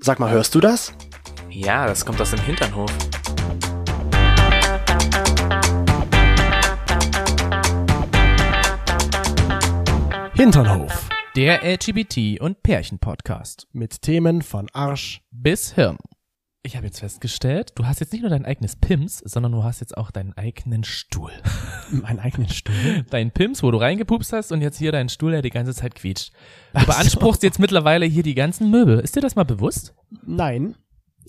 Sag mal, hörst du das? Ja, das kommt aus dem Hinternhof. Hinternhof. Der LGBT- und Pärchen-Podcast. Mit Themen von Arsch. Bis Hirn. Ich habe jetzt festgestellt, du hast jetzt nicht nur dein eigenes Pims, sondern du hast jetzt auch deinen eigenen Stuhl. Meinen eigenen Stuhl. Dein Pims, wo du reingepupst hast und jetzt hier dein Stuhl, der die ganze Zeit quietscht. Ach Du so. beanspruchst jetzt mittlerweile hier die ganzen Möbel. Ist dir das mal bewusst? Nein,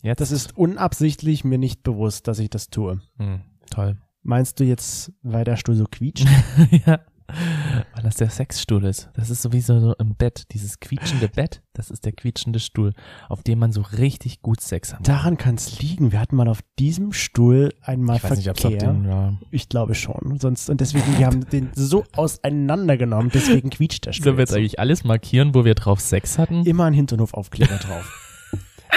Ja, das ist unabsichtlich mir nicht bewusst, dass ich das tue. Hm, toll. Meinst du jetzt, weil der Stuhl so quietscht? ja. Weil das der Sexstuhl ist. Das ist sowieso so im Bett. Dieses quietschende Bett, das ist der quietschende Stuhl, auf dem man so richtig gut Sex hat. Daran kann es liegen. Wir hatten mal auf diesem Stuhl einmal Ich weiß nicht, ob es Verkehr. auf dem, ja. ich glaube schon. Sonst, und deswegen, wir haben den so auseinandergenommen, deswegen quietscht der Stuhl. Sollen wir jetzt so. eigentlich alles markieren, wo wir drauf Sex hatten? Immer ein Hinternhof-Aufkleber drauf.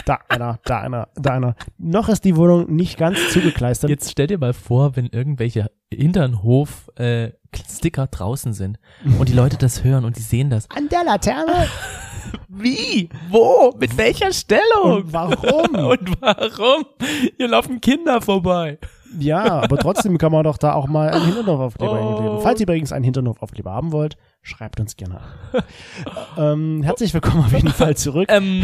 Da einer, da einer, da einer. Noch ist die Wohnung nicht ganz zugekleistert. Jetzt stell dir mal vor, wenn irgendwelche Hinternhof-Sticker draußen sind und die Leute das hören und die sehen das. an der Laterne? Wie? Wo? Mit welcher Stellung? Und warum? Oh Und warum? Hier laufen Kinder vorbei. Ja, aber trotzdem kann man doch da auch mal einen Hinterhofaufkleber Oh. hinkleben. Falls ihr übrigens einen Hinterhofaufkleber haben wollt, schreibt uns gerne an. ähm, herzlich willkommen auf jeden Fall zurück. Ähm,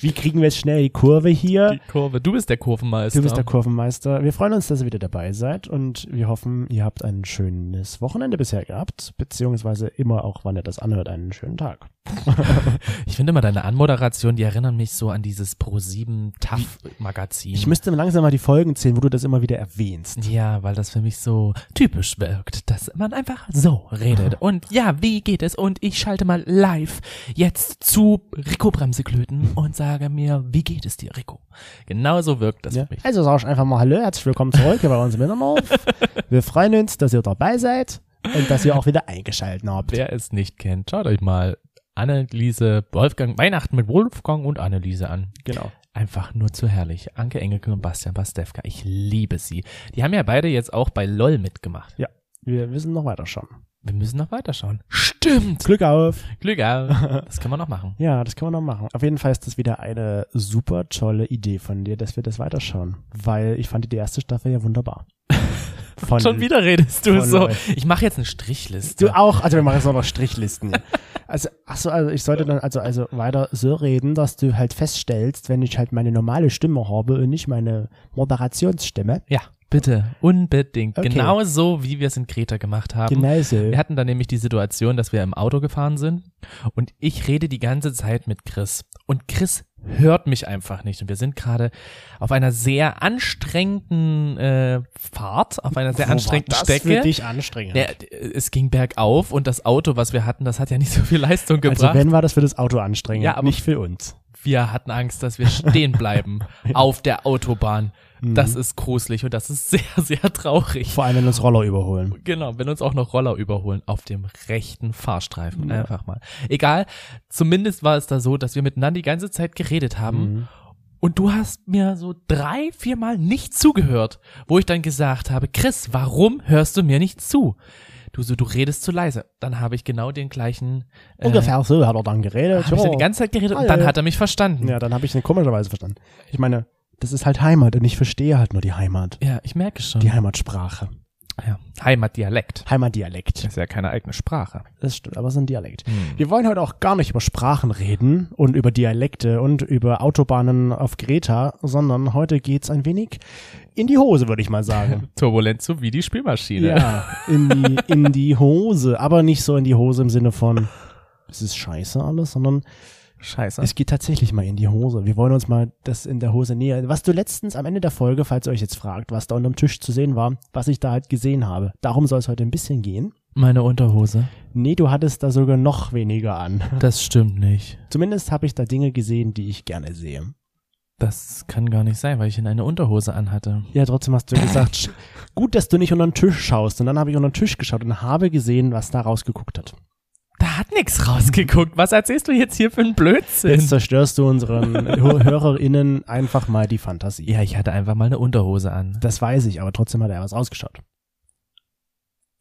Wie kriegen wir jetzt schnell die Kurve hier? die Kurve. Du bist der Kurvenmeister. Du bist der Kurvenmeister. Wir freuen uns, dass ihr wieder dabei seid und wir hoffen, ihr habt ein schönes Wochenende bisher gehabt, beziehungsweise immer auch, wann ihr das anhört, einen schönen Tag. ich finde immer deine Anmoderation, die erinnern mich so an dieses Pro7 TAF Magazin. Ich müsste langsam mal die Folgen zählen, wo du das immer wieder erwähnst. Ja, weil das für mich so typisch wirkt, dass man einfach so redet. Und ja, wie geht es? Und ich schalte mal live jetzt zu Rico Bremseklöten und sage mir, wie geht es dir, Rico? Genauso wirkt das Ja. für mich. Also sag ich einfach mal Hallo, herzlich willkommen zurück hier bei uns im Innenhof. Wir freuen uns, dass ihr dabei seid und dass ihr auch wieder eingeschaltet habt. Wer es nicht kennt, schaut euch mal Anneliese, Wolfgang, Weihnachten mit Wolfgang und Anneliese an. Genau. Einfach nur zu herrlich. Anke Engelke und Bastian Pastewka. Ich liebe sie. Die haben ja beide jetzt auch bei LOL mitgemacht. Wir wissen noch weiter schon. Wir müssen noch weiterschauen. Stimmt. Glück auf. Glück auf. Das können wir noch machen. Ja, das können wir noch machen. Auf jeden Fall ist das wieder eine super tolle Idee von dir, dass wir das weiterschauen. Weil ich fand die erste Staffel ja wunderbar. Von, Schon wieder redest du von so. euch. Ich mache jetzt eine Strichliste. Du auch. Also wir machen jetzt auch noch Strichlisten. hier. Also, ach so, also ich sollte dann also, also weiter so reden, dass du halt feststellst, wenn ich halt meine normale Stimme habe und nicht meine Moderationsstimme. ja, bitte, unbedingt. Okay. Genau. Genau so, wie wir es in Kreta gemacht haben. Genauso. Wir hatten dann nämlich die Situation, dass wir im Auto gefahren sind und ich rede die ganze Zeit mit Chris. Und Chris hört mich einfach nicht. Und wir sind gerade auf einer sehr anstrengenden äh, Fahrt, auf einer sehr Wo anstrengenden war das Strecke. für dich anstrengend. Ja, d- es ging bergauf und das Auto, was wir hatten, das hat ja nicht so viel Leistung gebracht. also wenn war das für das Auto anstrengend, Ja, aber- nicht für uns. wir hatten Angst, dass wir stehen bleiben auf der Autobahn. Das ist gruselig und das ist sehr, sehr traurig. Mhm. Vor allem, wenn uns Roller überholen. Genau, wenn uns auch noch Roller überholen auf dem rechten Fahrstreifen. Einfach mal. Egal, zumindest war es da so, dass wir miteinander die ganze Zeit geredet haben. Mhm. Und du hast mir so drei, viermal nicht zugehört, wo ich dann gesagt habe, Chris, warum hörst du mir nicht zu? Du so, du redest zu leise. Dann habe ich genau den gleichen. Äh, Ungefähr so hat er dann geredet. Habe ich dann die ja. ganze Zeit geredet Ah, und dann ja. hat er mich verstanden. ja, dann habe ich ihn komischerweise verstanden. Ich meine, das ist halt Heimat und ich verstehe halt nur die Heimat. Ja, ich merke schon. Die Heimatsprache. Ja. Heimatdialekt. Heimatdialekt. ist ja Mhm. keine eigene Sprache. Das stimmt, aber es ist ein Dialekt. Wir wollen heute auch gar nicht über Sprachen reden und über Dialekte und über Autobahnen auf Greta, sondern heute geht's ein wenig in die Hose, würde ich mal sagen. Turbulent so wie die Spielmaschine. Ja, in die, in die Hose. Aber nicht so in die Hose im Sinne von, es ist scheiße alles, sondern Scheiße. es geht tatsächlich mal in die Hose. Wir wollen uns mal das in der Hose näher. Was du letztens am Ende der Folge, falls ihr euch jetzt fragt, was da unterm Tisch zu sehen war, was ich da halt gesehen habe. Darum soll es heute ein bisschen gehen. Meine Unterhose. Nee, du hattest da sogar noch weniger an. Das stimmt nicht. Zumindest habe ich da Dinge gesehen, die ich gerne sehe. Das kann gar nicht sein, weil ich in eine Unterhose anhatte. Ja, trotzdem hast du gesagt, sch- gut, dass du nicht unter den Tisch schaust. Und dann habe ich unter den Tisch geschaut und habe gesehen, was da rausgeguckt hat. Da hat nix rausgeguckt. Was erzählst du jetzt hier für einen Blödsinn? Jetzt zerstörst du unseren Hö- HörerInnen einfach mal die Fantasie. Ja, ich hatte einfach mal eine Unterhose an. Das weiß ich, aber trotzdem hat er was rausgeschaut.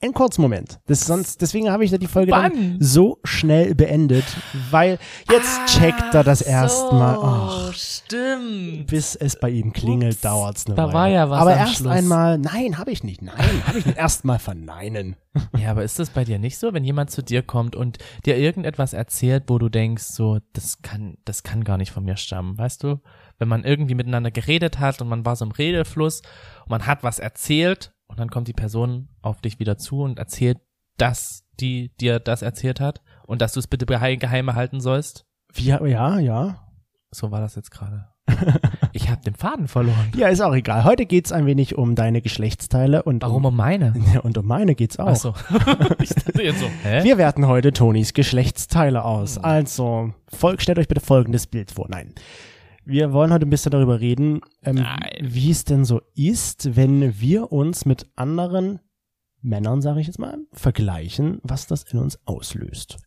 einen kurzen Moment. Das sonst, deswegen habe ich ja die Folge dann Wann? Ah, so schnell beendet, weil jetzt checkt er das erstmal. Ach, stimmt. bis es bei ihm klingelt, Ups, dauert's eine da Weile. war ja was Aber am erst Schluss. einmal, nein, habe ich nicht, nein, habe ich nicht. Erstmal verneinen. Ja, aber ist das bei dir nicht so, wenn jemand zu dir kommt und dir irgendetwas erzählt, wo du denkst, so, das kann, das kann gar nicht von mir stammen, weißt du? Wenn man irgendwie miteinander geredet hat und man war so im Redefluss und man hat was erzählt und dann kommt die Person auf dich wieder zu und erzählt, dass die dir das erzählt hat und dass du es bitte geheim, geheim halten sollst. Wie, ja, ja. So war das jetzt gerade. Ich habe den Faden verloren. Ja, ist auch egal. Heute geht's ein wenig um deine Geschlechtsteile und um, Warum um meine? Ja, und um meine geht's auch. Ach so. Ich dachte jetzt so, hä? Hm. Wir werten heute Tonis Geschlechtsteile aus. Also, folgt, stellt euch bitte folgendes Bild vor. Nein. Wir wollen heute ein bisschen darüber reden, ähm, Nein. wie es denn so ist, wenn wir uns mit anderen Männern, sage ich jetzt mal, vergleichen, was das in uns auslöst.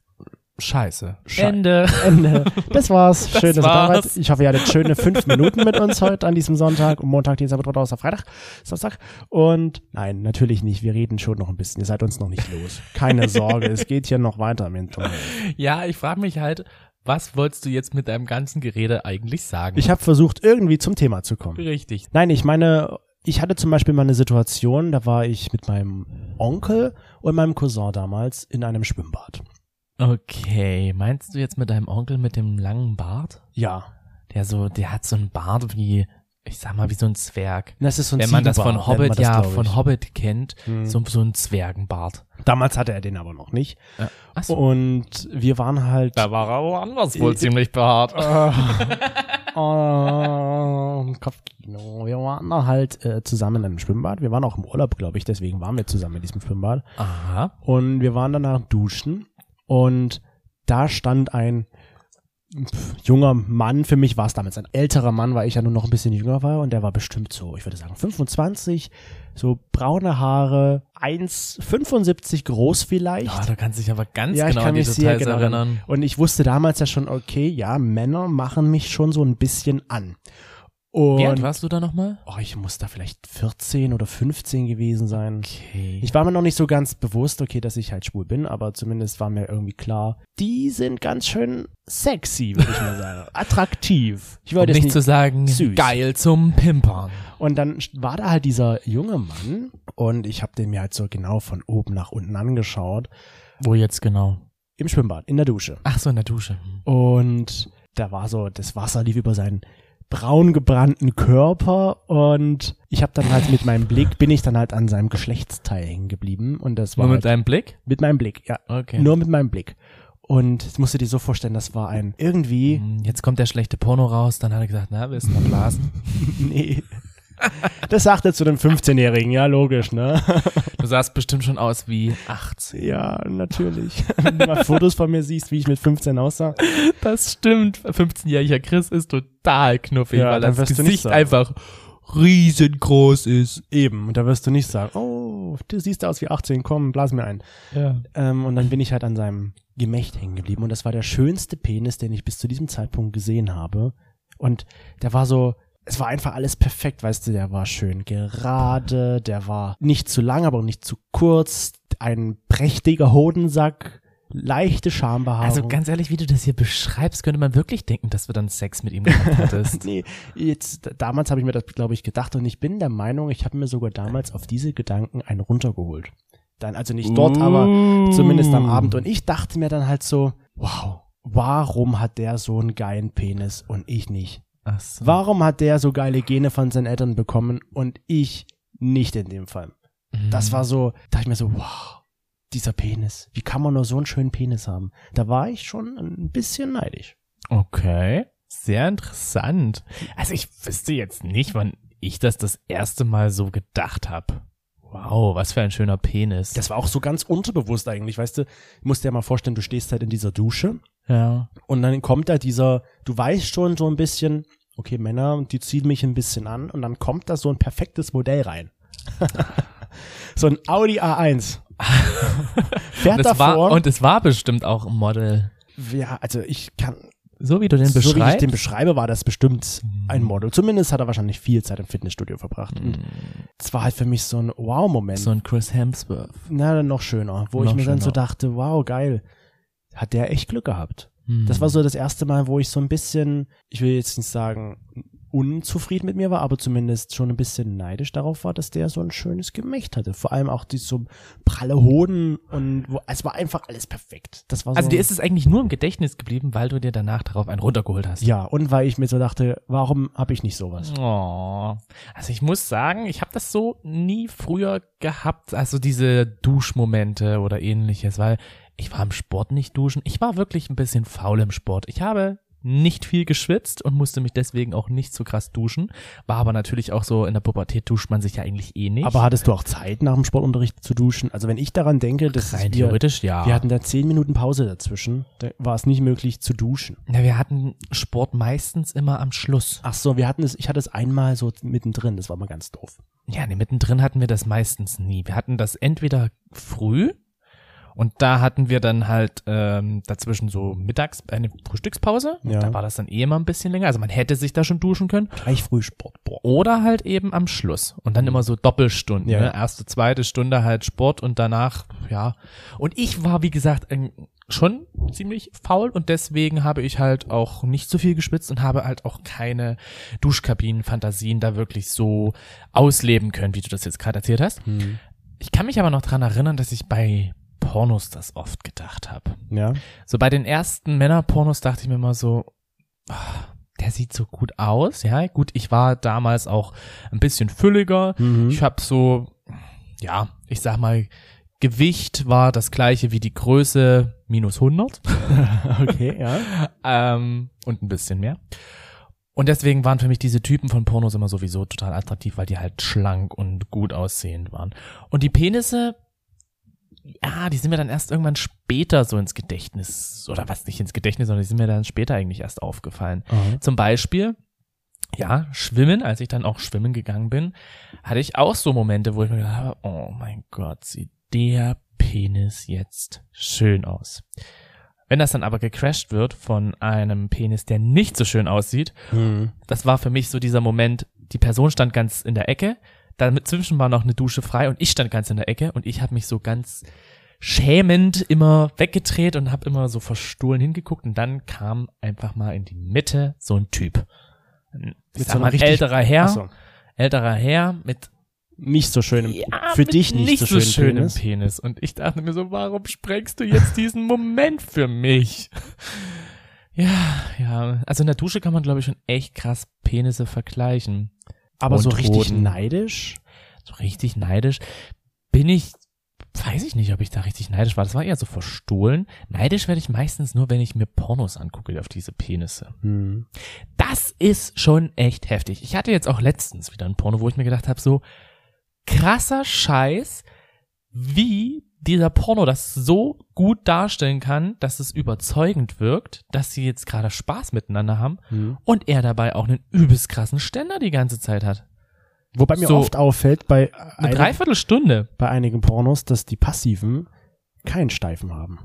Scheiße. Schei- Ende. Ende. Das war's. Das Schön, dass ihr da war's. wart. Ich hoffe, ihr hattet schöne fünf Minuten mit uns heute an diesem Sonntag. Montag, Dienstag, Mittwoch, Donnerstag, Freitag, Samstag. Und nein, natürlich nicht. Wir reden schon noch ein bisschen. Ihr seid uns noch nicht los. Keine Sorge. es geht hier noch weiter mit Tunnel. Ja, ich frage mich halt, was wolltest du jetzt mit deinem ganzen Gerede eigentlich sagen? Ich habe versucht, irgendwie zum Thema zu kommen. richtig. Nein, ich meine, ich hatte zum Beispiel mal eine Situation, da war ich mit meinem Onkel und meinem Cousin damals in einem Schwimmbad. Okay, meinst du jetzt mit deinem Onkel mit dem langen Bart? Ja. Der so, der hat so einen Bart wie, ich sag mal, wie so ein Zwerg. Das ist so ein Wenn man das von Ziegenbart, nennt man Hobbit das, ja, glaub ich. von Hobbit kennt, Hm. so, so ein Zwergenbart. Damals hatte er den aber noch nicht. Achso. Oh, Und wir waren halt. war er woanders wohl ziemlich behaart. Oh, Kopfkino. Wir waren da halt äh, zusammen im Schwimmbad. Wir waren auch im Urlaub, glaube ich, deswegen waren wir zusammen in diesem Schwimmbad. Aha. Und wir waren danach duschen und da stand ein pf, junger Mann, für mich war es damals ein älterer Mann, weil ich ja nur noch ein bisschen jünger war und der war bestimmt so, ich würde sagen 25, so braune Haare, 1,75 groß vielleicht. Ja, du kannst dich aber ganz Ja, ich genau kann an die mich sehr Details genau erinnern. Und ich wusste damals ja schon, okay, ja, Männer machen mich schon so ein bisschen an. Und Wie alt warst du da nochmal? Oh, ich muss da vielleicht 14 oder 15 gewesen sein. Okay. Ich war mir noch nicht so ganz bewusst, okay, dass ich halt schwul bin, aber zumindest war mir irgendwie klar, die sind ganz schön sexy, würde ich mal sagen. Attraktiv. Ich Um wollte jetzt nicht zu sagen, süß. geil zum Pimpern. und dann war da halt dieser junge Mann und ich habe den mir halt so genau von oben nach unten angeschaut. Wo jetzt genau? Im Schwimmbad, in der Dusche. Ach so, in der Dusche. Hm. Und da war so, das Wasser lief über seinen braun gebrannten Körper und ich habe dann halt mit meinem Blick, bin ich dann halt an seinem Geschlechtsteil hängen geblieben und das war Nur mit halt, deinem Blick? mit meinem Blick, ja, Okay. nur mit meinem Blick. Und das musst du dir so vorstellen, das war ein irgendwie, Hm, Jetzt kommt der schlechte Porno raus, dann hat er gesagt, na, willst du mal blasen? nee, das sagt er zu dem 15-Jährigen, ja, logisch, ne? Du sahst bestimmt schon aus wie 18. Ja, natürlich. Wenn du mal Fotos von mir siehst, wie ich mit 15 aussah. Das stimmt. 15-jähriger Chris ist total knuffig, Ja, weil dann das wirst du nicht Gesicht sagen. einfach riesengroß ist. Eben, und da wirst du nicht sagen, oh, du siehst aus wie 18, komm, blas mir ein. Ja. Ähm, und dann bin ich halt an seinem Gemächt hängen geblieben. Und das war der schönste Penis, den ich bis zu diesem Zeitpunkt gesehen habe. Und der war so, es war einfach alles perfekt, weißt du, der war schön gerade, der war nicht zu lang, aber auch nicht zu kurz, ein prächtiger Hodensack, leichte Schambehaarung. Also ganz ehrlich, wie du das hier beschreibst, könnte man wirklich denken, dass du dann Sex mit ihm gehabt hattest. Nee, jetzt, damals habe ich mir das, glaube ich, gedacht und ich bin der Meinung, ich habe mir sogar damals auf diese Gedanken einen runtergeholt. Dann, also nicht dort, aber zumindest Mm. am Abend. Und ich dachte mir dann halt so, wow, warum hat der so einen geilen Penis und ich nicht? Ach so. Warum hat der so geile Gene von seinen Eltern bekommen und ich nicht in dem Fall? Mhm. Das war so, da dachte ich mir so, wow, dieser Penis, wie kann man nur so einen schönen Penis haben? Da war ich schon ein bisschen neidisch. Okay. Sehr interessant. Also ich wüsste jetzt nicht, wann ich das das erste Mal so gedacht habe. Wow, was für ein schöner Penis. Das war auch so ganz unterbewusst eigentlich, weißt du, musst dir ja mal vorstellen, du stehst halt in dieser Dusche ja. Und dann kommt da dieser, du weißt schon so ein bisschen, okay, Männer, die ziehen mich ein bisschen an und dann kommt da so ein perfektes Modell rein. so ein Audi A1. Fährt Und es, davor. war, und es war bestimmt auch ein Model. ja, also ich kann, So wie du den Mhm. so wie ich beschreibst. den beschreibe, war das bestimmt ein Model. Zumindest hat er wahrscheinlich viel Zeit im Fitnessstudio verbracht. Und es war halt für mich so ein Wow-Moment. Mhm. so ein Chris Hemsworth. Na, dann noch schöner. Wo ich Noch mir dann so schöner. dachte, wow, geil. Hat der echt Glück gehabt. Hm. Das Mhm. war so das erste Mal, wo ich so ein bisschen, ich will jetzt nicht sagen, unzufrieden mit mir war, aber zumindest schon ein bisschen neidisch darauf war, dass der so ein schönes Gemächt hatte. Vor allem auch die so pralle Hoden und wo, es war einfach alles perfekt. Das war so Also dir ist es eigentlich nur im Gedächtnis geblieben, weil du dir danach darauf einen runtergeholt hast. ja, und weil ich mir so dachte, warum habe ich nicht sowas? Oh. Also ich muss sagen, ich habe das so nie früher gehabt, also diese Duschmomente oder ähnliches, weil ich war im Sport nicht duschen. Ich war wirklich ein bisschen faul im Sport. Ich habe nicht viel geschwitzt und musste mich deswegen auch nicht so krass duschen. War aber natürlich auch so, in der Pubertät duscht man sich ja eigentlich eh nicht. Aber hattest du auch Zeit nach dem Sportunterricht zu duschen? Also wenn ich daran denke, dass rein wir, theoretisch ja. wir hatten da zehn Minuten Pause dazwischen, da war es nicht möglich zu duschen. ja, wir hatten Sport meistens immer am Schluss. Ach so, wir hatten es, ich hatte es einmal so mittendrin, das war mal ganz doof. Ja, nee, mittendrin hatten wir das meistens nie. Wir hatten das entweder früh und da hatten wir dann halt ähm, dazwischen so mittags eine Frühstückspause. Ja. Da war das dann eh immer ein bisschen länger. Also man hätte sich da schon duschen können. Gleich früh Sport, boah. Oder halt eben am Schluss. Und dann immer so Doppelstunden. Ja. Ne? Erste, zweite Stunde halt Sport und danach, ja. Und ich war, wie gesagt, ein, schon ziemlich faul und deswegen habe ich halt auch nicht so viel geschwitzt und habe halt auch keine Duschkabinen-Fantasien da wirklich so ausleben können, wie du das jetzt gerade erzählt hast. Hm. Ich kann mich aber noch dran erinnern, dass ich bei Pornos das oft gedacht habe. Ja. So bei den ersten Männerpornos dachte ich mir immer so, ah, der sieht so gut aus. Ja, gut, ich war damals auch ein bisschen fülliger. Mhm. Ich habe so, ja, ich sag mal, Gewicht war das gleiche wie die Größe minus 100 Okay, ja. ähm, und ein bisschen mehr. Und deswegen waren für mich diese Typen von Pornos immer sowieso total attraktiv, weil die halt schlank und gut aussehend waren. Und die Penisse, ja, die sind mir dann erst irgendwann später so ins Gedächtnis, oder was nicht ins Gedächtnis, sondern die sind mir dann später eigentlich erst aufgefallen. Mhm. Zum Beispiel, ja, Schwimmen, als ich dann auch schwimmen gegangen bin, hatte ich auch so Momente, wo ich mir gedacht habe, oh mein Gott, sieht der Penis jetzt schön aus. Wenn das dann aber gecrashed wird von einem Penis, der nicht so schön aussieht, Mhm. das war für mich so dieser Moment, die Person stand ganz in der Ecke, dazwischen war noch eine Dusche frei und ich stand ganz in der Ecke und ich habe mich so ganz schämend immer weggedreht und habe immer so verstohlen hingeguckt und dann kam einfach mal in die Mitte so ein Typ. Ein- Ich Mit sag so mal, einer richtig- älterer Herr, Ach so. älterer Herr mit Nicht so schön. im- ja, für mit dich nicht, so schön. schönem Penis. Penis. Und ich dachte mir so, warum sprengst du jetzt diesen Moment für mich? Ja, ja. Also in der Dusche kann man, glaube ich, schon echt krass Penisse vergleichen. Aber so Und richtig Hoden. neidisch. So richtig neidisch bin ich, weiß ich nicht, ob ich da richtig neidisch war. Das war eher so verstohlen. Neidisch werde ich meistens nur, wenn ich mir Pornos angucke auf diese Penisse. Hm. Das ist schon echt heftig. Ich hatte jetzt auch letztens wieder ein Porno, wo ich mir gedacht habe, so krasser Scheiß, wie dieser Porno das so gut darstellen kann, dass es überzeugend wirkt, dass sie jetzt gerade Spaß miteinander haben Hm. und er dabei auch einen übelst krassen Ständer die ganze Zeit hat. Wobei mir So. oft auffällt bei, Eine einigen- Dreiviertelstunde. bei einigen Pornos, dass die Passiven keinen Steifen haben.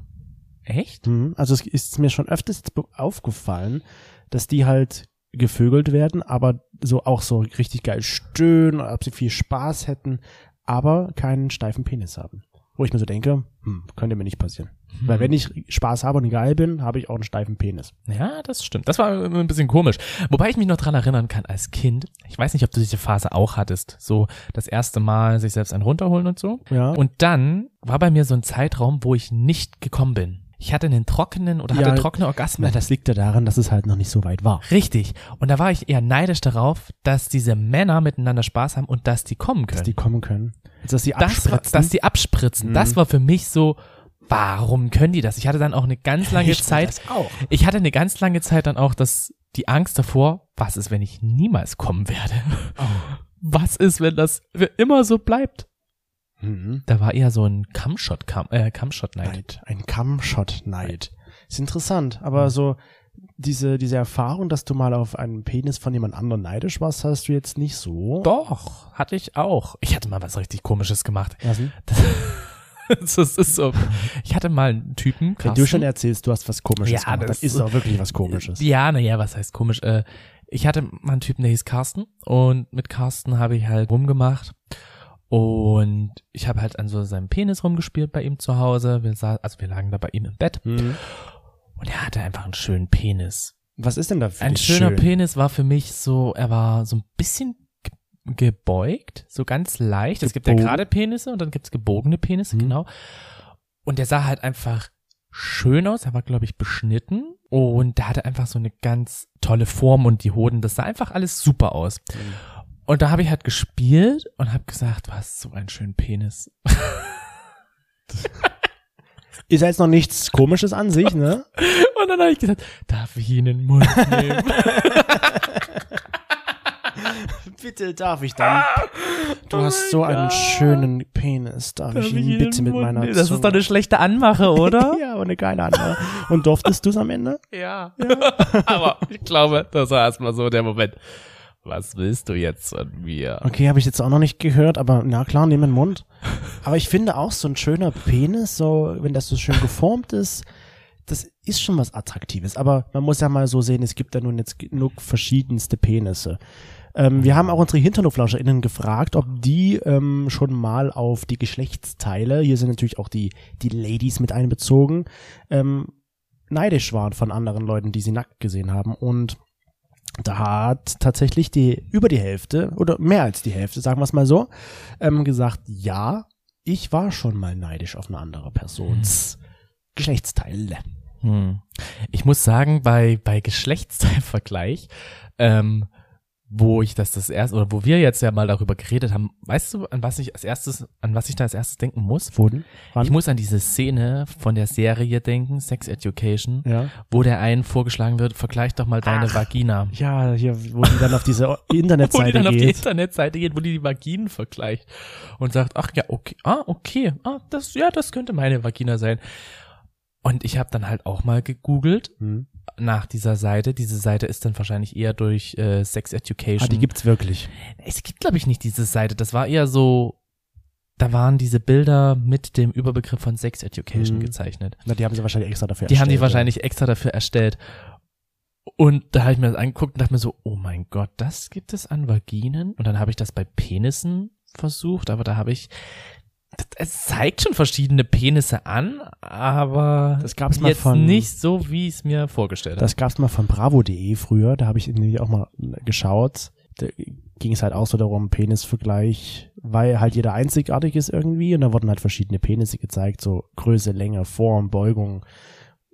Echt? Hm. Also es ist mir schon öfters jetzt be- aufgefallen, dass die halt gevögelt werden, aber so auch so richtig geil stöhnen, ob sie viel Spaß hätten, aber keinen steifen Penis haben. Wo ich mir so denke, hm, könnte mir nicht passieren. Weil wenn ich Spaß habe und geil bin, habe ich auch einen steifen Penis. Ja, das stimmt. Das war ein bisschen komisch. Wobei ich mich noch dran erinnern kann als Kind. Ich weiß nicht, ob du diese Phase auch hattest. So das erste Mal sich selbst einen runterholen und so. Ja. Und dann war bei mir so ein Zeitraum, wo ich nicht gekommen bin. Ich hatte einen trockenen oder Ja. hatte trockene Orgasmen. Na, das liegt ja daran, dass es halt noch nicht so weit war. Richtig. Und da war ich eher neidisch darauf, dass diese Männer miteinander Spaß haben und dass die kommen können. Dass die kommen können. Also, dass die das, abspritzen. Mhm. dass die abspritzen. Das war für mich so, warum können die das? Ich hatte dann auch eine ganz lange Ich will Zeit. das auch. Ich hatte eine ganz lange Zeit dann auch das, die Angst davor, was ist, wenn ich niemals kommen werde? Oh. Was ist, wenn das für immer so bleibt? Mhm. Da war eher so ein Cumshot, Cum, äh, Cumshot Night. Neid. Ein Kamshot Neid. Ist interessant, aber Mhm. so diese, diese Erfahrung, dass du mal auf einen Penis von jemand anderem neidisch warst, hast du jetzt nicht so. Doch, hatte ich auch. Ich hatte mal was richtig komisches gemacht. Also, Das, das ist so. Ich hatte mal einen Typen. Wenn Carsten. du schon erzählst, du hast was Komisches Ja, gemacht, das- dann ist doch wirklich was Komisches. Ja, naja, was heißt komisch? Äh, ich hatte mal einen Typen, der hieß Carsten und mit Carsten habe ich halt rumgemacht und ich habe halt an so seinem Penis rumgespielt bei ihm zu Hause. Wir sah, also wir lagen da bei ihm im Bett Hm. und er hatte einfach einen schönen Penis. Was ist denn da für Ein dich schöner schön? Penis war für mich so, er war so ein bisschen ge- gebeugt, so ganz leicht. Es gibt ja Gebogen. gerade Penisse und dann gibt's gebogene Penisse, Mhm. genau. Und der sah halt einfach schön aus. Er war, glaube ich, beschnitten. Und der hatte einfach so eine ganz tolle Form und die Hoden. Das sah einfach alles super aus. Mhm. Und da habe ich halt gespielt und habe gesagt, du hast so einen schönen Penis. Ist ja jetzt noch nichts Komisches an sich, ne? Und dann habe ich gesagt, darf ich ihn in den Mund nehmen? Bitte darf ich dann. Oh Du hast so einen schönen Penis. Darf, ich ihn bitte mit meiner Zunge? Das ist doch eine schlechte Anmache, oder? ja, aber eine geile andere. Und durftest du es am Ende? Ja. Aber ich glaube, das war erstmal so der Moment. Was willst du jetzt von mir? Okay, habe ich jetzt auch noch nicht gehört, aber na klar, nimm in den Mund. Aber ich finde auch so ein schöner Penis, so wenn das so schön geformt ist, das ist schon was Attraktives. Aber man muss ja mal so sehen, es gibt ja nun jetzt genug verschiedenste Penisse. Ähm, wir haben auch unsere HinternhoflauscherInnen gefragt, ob die ähm, schon mal auf die Geschlechtsteile, hier sind natürlich auch die, die Ladies mit einbezogen, ähm, neidisch waren von anderen Leuten, die sie nackt gesehen haben. Und da hat tatsächlich die über die Hälfte oder mehr als die Hälfte, sagen wir es mal so, ähm, gesagt, ja, ich war schon mal neidisch auf eine andere Persons Geschlechtsteile. Hm. Ich muss sagen, bei, bei Geschlechtsteilvergleich, ähm, wo ich das das erste, oder wo wir jetzt ja mal darüber geredet haben, weißt du, an was ich als erstes, an was ich da als erstes denken muss? Wurden? Ich muss an diese Szene von der Serie denken, Sex Education, ja. wo der einen vorgeschlagen wird, vergleich doch mal deine Ach. Vagina. ja, hier, wo die dann auf diese wo die Internetseite dann auf die geht. Internetseite geht, wo die die Vaginen vergleicht und sagt, ach ja, okay, ah, okay, ah, das, ja, das könnte meine Vagina sein. Und ich habe dann halt auch mal gegoogelt Hm. nach dieser Seite. Diese Seite ist dann wahrscheinlich eher durch äh, Sex Education. Ah, die gibt's wirklich. es gibt, glaube ich, nicht diese Seite. Das war eher so, da waren diese Bilder mit dem Überbegriff von Sex Education Mhm. gezeichnet. Na, die haben sie wahrscheinlich extra dafür Die haben die erstellt, wahrscheinlich extra dafür erstellt. Und da habe ich mir das angeguckt und dachte mir so, oh mein Gott, das gibt es an Vaginen? Und dann habe ich das bei Penissen versucht, aber da habe ich, das- es zeigt schon verschiedene Penisse an, aber Das gab's mal jetzt von- nicht so, wie ich es mir vorgestellt habe. Das gab's mal von bravo.de früher, da habe ich nämlich auch mal geschaut. Da ging es halt auch so darum, Penisvergleich, weil halt jeder einzigartig ist irgendwie und da wurden halt verschiedene Penisse gezeigt, so Größe, Länge, Form, Beugung,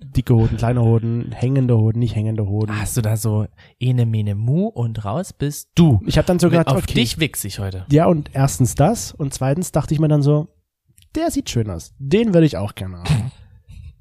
dicke Hoden, kleine Hoden, hängende Hoden, nicht hängende Hoden. Hast du da so ene mene mu und raus bist du. Ich habe dann so gedacht, Auf okay, dich wichs ich heute. ja und erstens das und zweitens dachte ich mir dann so, der sieht schön aus, den würde ich auch gerne haben.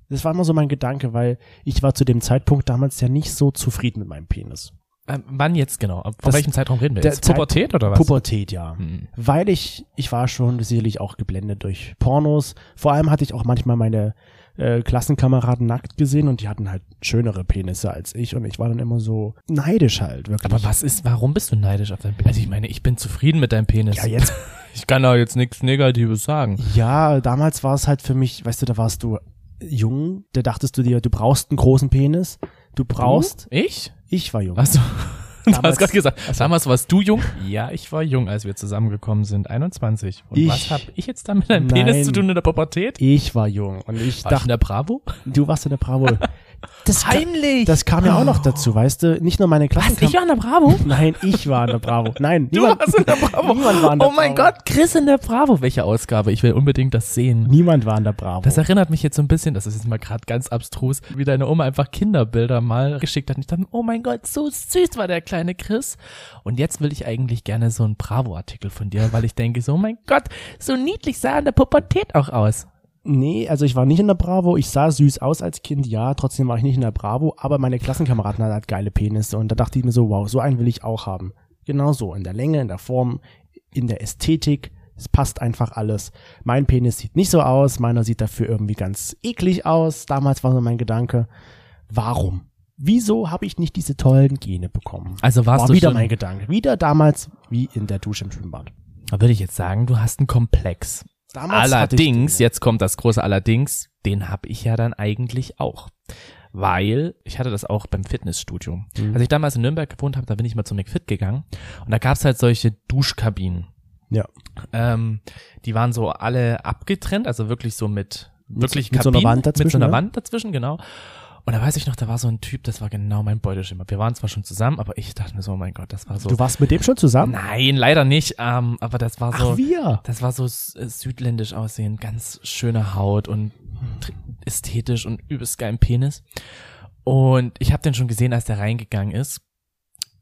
Das war immer so mein Gedanke, weil ich war zu dem Zeitpunkt damals ja nicht so zufrieden mit meinem Penis. Ähm, wann jetzt genau? Von Das- welchem Zeitraum reden wir der jetzt? Zeit- Pubertät oder was? Pubertät, ja. Hm. Weil ich, ich war schon sicherlich auch geblendet durch Pornos. Vor allem hatte ich auch manchmal meine äh, Klassenkameraden nackt gesehen und die hatten halt schönere Penisse als ich und ich war dann immer so neidisch halt, wirklich. Aber was ist, warum bist du neidisch auf deinen Penis? Also ich meine, ich bin zufrieden mit deinem Penis. Ja, jetzt, Ich kann da jetzt nichts Negatives sagen. ja, damals war es halt für mich, weißt du, da warst du jung, da dachtest du dir, du brauchst einen großen Penis, du brauchst, Ich? ich war jung. Achso. Du Damals- hast gerade gesagt, damals warst du jung? Ja, ich war jung, als wir zusammengekommen sind, 21. Und Ich- was habe ich jetzt da mit deinem Penis Nein. zu tun in der Pubertät? Ich war jung und ich War ich in dachte, der Bravo? du warst in der Bravo. Das, ka- Heimlich! das kam ja auch noch dazu, weißt du, nicht nur meine Oh. was, Klassenkameraden. ich war in der Bravo? Nein, ich Oh. war in der Bravo. Nein, Du niemand, warst in der Bravo? Niemand war in der oh mein Bravo. Gott, Chris in der Bravo. Welche Ausgabe? Ich will unbedingt das sehen. niemand war in der Bravo. Das erinnert mich jetzt so ein bisschen, das ist jetzt mal gerade ganz abstrus, wie deine Oma einfach Kinderbilder mal geschickt hat. Und ich dachte, mir, oh mein Gott, so süß war der kleine Chris. Und jetzt will ich eigentlich gerne so einen Bravo-Artikel von dir, weil ich denke, so, oh mein Gott, so niedlich sah er in der Pubertät auch aus. nee, also ich war nicht in der Bravo. Ich sah süß aus als Kind, ja, trotzdem war ich nicht in der Bravo, aber meine Klassenkameraden hatten halt geile Penisse und da dachte ich mir so, wow, so einen will ich auch haben. Genau so, in der Länge, in der Form, in der Ästhetik. Es passt einfach alles. Mein Penis sieht nicht so aus, meiner sieht dafür irgendwie ganz eklig aus. Damals war so mein Gedanke, warum? Wieso habe ich nicht diese tollen Gene bekommen? Also warst war du wieder schon, mein Gedanke. Wieder damals wie in der Dusche im Schwimmbad. da würde ich jetzt sagen, du hast einen Komplex. Damals hatte ich den Allerdings, ja. jetzt kommt das große Allerdings, den habe ich ja dann eigentlich auch. Weil ich hatte das auch beim Fitnessstudio. Mhm. Als ich damals in Nürnberg gewohnt habe, da bin ich mal zum McFit gegangen und da gab's halt solche Duschkabinen. Ja. Ähm, die waren so alle abgetrennt, also wirklich so mit Mit wirklich so- mit so einer Kabinen, Wand dazwischen, mit so einer ne? Wand dazwischen, genau. Und da weiß ich noch, da war so ein Typ, das war genau mein Beuteschema. Wir waren zwar schon zusammen, aber ich dachte mir so, oh mein Gott, das war so. Du warst mit dem schon zusammen? Nein, leider nicht. Ähm, aber das war so. Ach, wir. Das war so s- äh, südländisch aussehen, ganz schöne Haut und tr- ästhetisch und übelst geilen Penis. Und ich habe den schon gesehen, als der reingegangen ist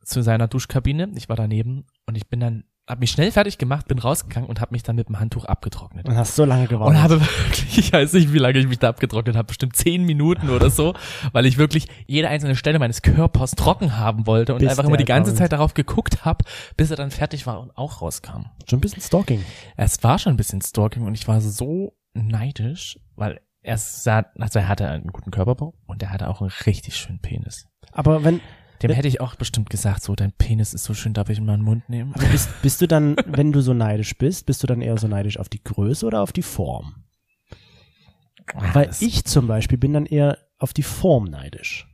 zu seiner Duschkabine. Ich war daneben und ich bin dann, habe mich schnell fertig gemacht, bin rausgegangen und habe mich dann mit dem Handtuch abgetrocknet. Und hast so lange gewartet. Und habe wirklich, ich weiß nicht, wie lange ich mich da abgetrocknet habe, bestimmt zehn Minuten oder so, weil ich wirklich jede einzelne Stelle meines Körpers trocken haben wollte und Bis einfach immer der die ganze kommt. Zeit darauf geguckt habe, bis er dann fertig war und auch rauskam. Schon ein bisschen Stalking. Es war schon ein bisschen Stalking und ich war so neidisch, weil er sah, also er hatte einen guten Körperbau und er hatte auch einen richtig schönen Penis. Aber wenn, Dem Ja. hätte ich auch bestimmt gesagt, so dein Penis ist so schön, darf ich ihn mal in meinen Mund nehmen? aber bist, bist du dann, wenn du so neidisch bist, bist du dann eher so neidisch auf die Größe oder auf die Form? Weil Das- ich zum Beispiel bin dann eher auf die Form neidisch.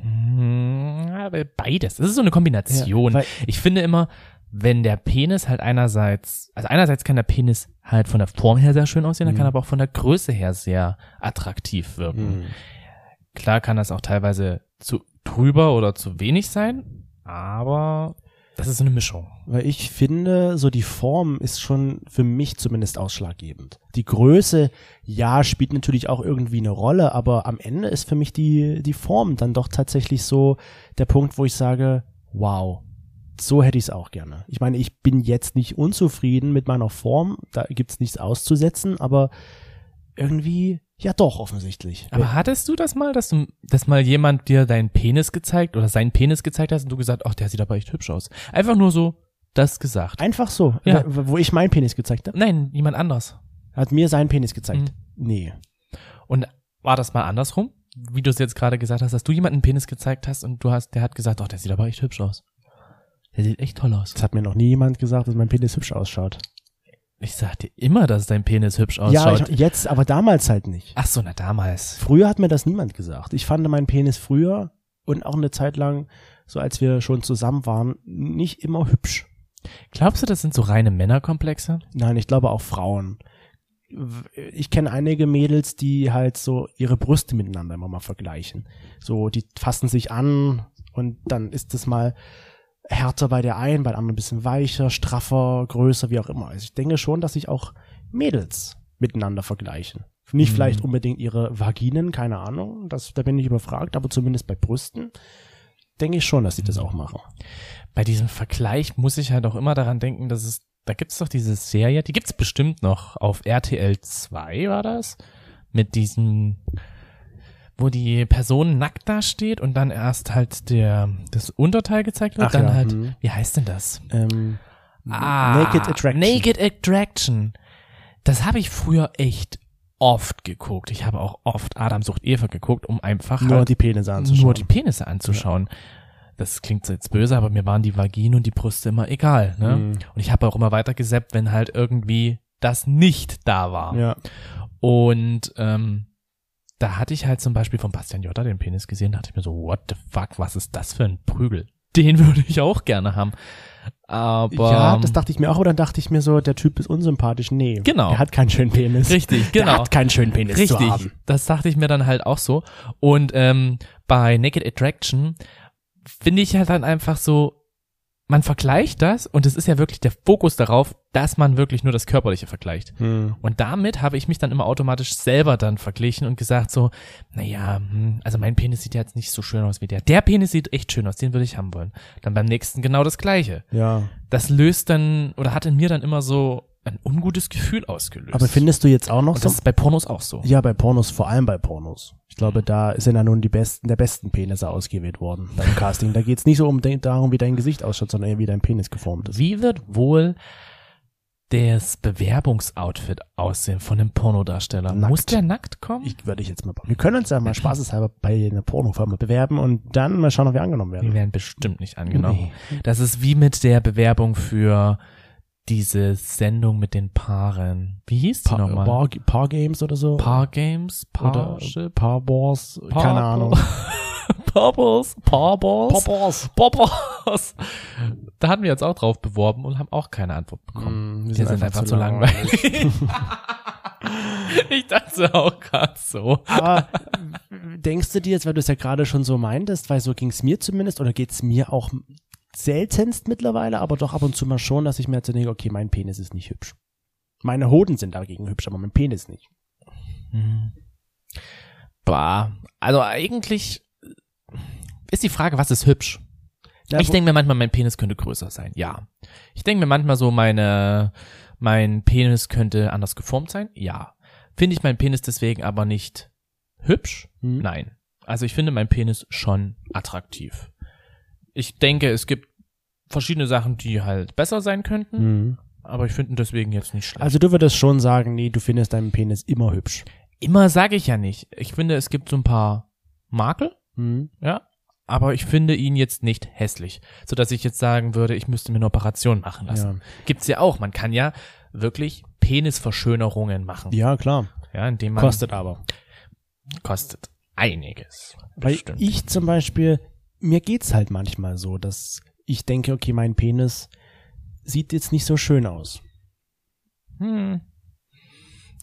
Hm, aber beides. Es ist so eine Kombination. Ja, weil- ich finde immer, wenn der Penis halt einerseits, also einerseits kann der Penis halt von der Form her sehr schön aussehen, er Mhm. kann aber auch von der Größe her sehr attraktiv wirken. hm. Klar kann das auch teilweise zu drüber oder zu wenig sein, aber das ist so eine Mischung. Weil ich finde, so die Form ist schon für mich zumindest ausschlaggebend. Die Größe, ja, spielt natürlich auch irgendwie eine Rolle, aber am Ende ist für mich die, die Form dann doch tatsächlich so der Punkt, wo ich sage, wow, so hätte ich es auch gerne. Ich meine, ich bin jetzt nicht unzufrieden mit meiner Form, da gibt's nichts auszusetzen, aber irgendwie, ja doch, offensichtlich. Aber hattest du das mal, dass du, dass mal jemand dir deinen Penis gezeigt oder seinen Penis gezeigt hast und du gesagt, ach, der sieht aber echt hübsch aus? Einfach nur so das gesagt. Einfach so, äh, Ja. wo ich meinen Penis gezeigt habe, Nein, jemand anders. hat mir seinen Penis gezeigt. Mhm. Nee. Und war das mal andersrum? Wie du es jetzt gerade gesagt hast, dass du jemanden einen Penis gezeigt hast und du hast, der hat gesagt, ach, der sieht aber echt hübsch aus. Der sieht echt toll aus. Das hat mir noch nie jemand gesagt, dass mein Penis hübsch ausschaut. Ich sag dir immer, dass dein Penis hübsch ausschaut. Ja, ich, jetzt, aber damals halt nicht. ach so, na damals. Früher hat mir das niemand gesagt. Ich fand meinen Penis früher und auch eine Zeit lang, so als wir schon zusammen waren, nicht immer hübsch. Glaubst du, das sind so reine Männerkomplexe? Nein, ich glaube auch Frauen. Ich kenne einige Mädels, die halt so ihre Brüste miteinander immer mal vergleichen. So, die fassen sich an und dann ist es mal härter bei der einen, bei der anderen ein bisschen weicher, straffer, größer, wie auch immer. Also ich denke schon, dass sich auch Mädels miteinander vergleichen. Nicht Mhm. vielleicht unbedingt ihre Vaginen, keine Ahnung, das, da bin ich überfragt, aber zumindest bei Brüsten denke ich schon, dass sie Mhm. das auch machen. bei diesem Vergleich muss ich halt auch immer daran denken, dass es, da gibt's doch diese Serie, die gibt's bestimmt noch auf RTL 2 war das, mit diesem, wo die Person nackt da steht und dann erst halt der, das Unterteil gezeigt wird, Ach dann ja, halt, mhm. wie heißt denn das? Ah, Ähm, Naked Attraction. Naked Attraction. Das habe ich früher echt oft geguckt. Ich habe auch oft Adam sucht Eva geguckt, um einfach nur halt die Penisse anzuschauen. nur die Penisse anzuschauen. Das klingt so jetzt böse, aber mir waren die Vaginen und die Brüste immer egal. Ne? Mhm. Und ich habe auch immer weiter gesappt, wenn halt irgendwie das nicht da war. ja. Und ähm, da hatte ich halt zum Beispiel von Bastian Jotta den Penis gesehen, dachte ich mir so, what the fuck, was ist das für ein Prügel? Den würde ich auch gerne haben. Aber ja, das dachte ich mir auch, aber dann dachte ich mir so, der Typ ist unsympathisch. Nee. Genau. Der hat keinen schönen Penis. richtig, Der genau. hat keinen schönen Penis Richtig, zu haben. das dachte ich mir dann halt auch so. Und ähm, bei Naked Attraction finde ich halt dann einfach so, man vergleicht das und es ist ja wirklich der Fokus darauf, dass man wirklich nur das Körperliche vergleicht. Und damit habe ich mich dann immer automatisch selber dann verglichen und gesagt so, naja, hm, also mein Penis sieht ja jetzt nicht so schön aus wie der. Der Penis sieht echt schön aus, den würde ich haben wollen. Dann beim nächsten genau das gleiche. Ja. Das löst dann oder hat in mir dann immer so ein ungutes Gefühl ausgelöst. Aber findest du jetzt auch noch und das so? ist bei Pornos auch so. Ja, bei Pornos, vor allem bei Pornos. Ich Mhm. glaube, da sind ja nun die besten, der besten Penisse ausgewählt worden beim Casting. Da geht's nicht so um den, darum, wie dein Gesicht ausschaut, sondern eher wie dein Penis geformt ist. Wie wird wohl das Bewerbungsoutfit aussehen von dem Pornodarsteller? Nackt. Muss der nackt kommen? Ich würde ich jetzt mal. Wir können uns ja mal spaßeshalber bei einer Pornofirma bewerben und dann mal schauen, ob wir angenommen Die werden. werden bestimmt nicht angenommen. Nee. Das ist wie mit der Bewerbung für diese Sendung mit den Paaren. Wie hieß die Pa nochmal? Bar, Paar Games oder so? Paar Games, oder Parship, Paar Balls, keine Ahnung. Purples, Pawballs, Balls. Pawballs. Da hatten wir uns auch drauf beworben und haben auch keine Antwort bekommen. Mm, Wir sind, einfach, zu langweilig. ich dachte auch gerade so. Aber denkst du dir jetzt, weil du es ja gerade schon so meintest, weil so ging es mir zumindest oder geht es mir auch seltenst mittlerweile, aber doch ab und zu mal schon, dass ich mir jetzt so denke, okay, mein Penis ist nicht hübsch. Meine Hoden sind dagegen hübsch, aber mein Penis nicht. Hm. Bah. Also eigentlich ist die Frage, was ist hübsch? Ja, ich wo- denke mir manchmal, mein Penis könnte größer sein, ja. Ich denke mir manchmal so, meine, mein Penis könnte anders geformt sein, ja. Finde ich meinen Penis deswegen aber nicht hübsch? Hm? Nein. Also ich finde meinen Penis schon attraktiv. Ich denke, es gibt verschiedene Sachen, die halt besser sein könnten, Mhm. aber ich finde ihn deswegen jetzt nicht schlecht. Also du würdest schon sagen, nee, du findest deinen Penis immer hübsch. Immer sage ich ja nicht. Ich finde, es gibt so ein paar Makel, Mhm. ja, aber ich finde ihn jetzt nicht hässlich, so dass ich jetzt sagen würde, ich müsste mir eine Operation machen lassen. Ja. Gibt's ja auch. Man kann ja wirklich Penisverschönerungen machen, ja, ja, klar. indem man Kostet aber. kostet einiges. Weil Bestimmt. ich zum Beispiel, mir geht's halt manchmal so, dass ich denke, okay, mein Penis sieht jetzt nicht so schön aus. hm.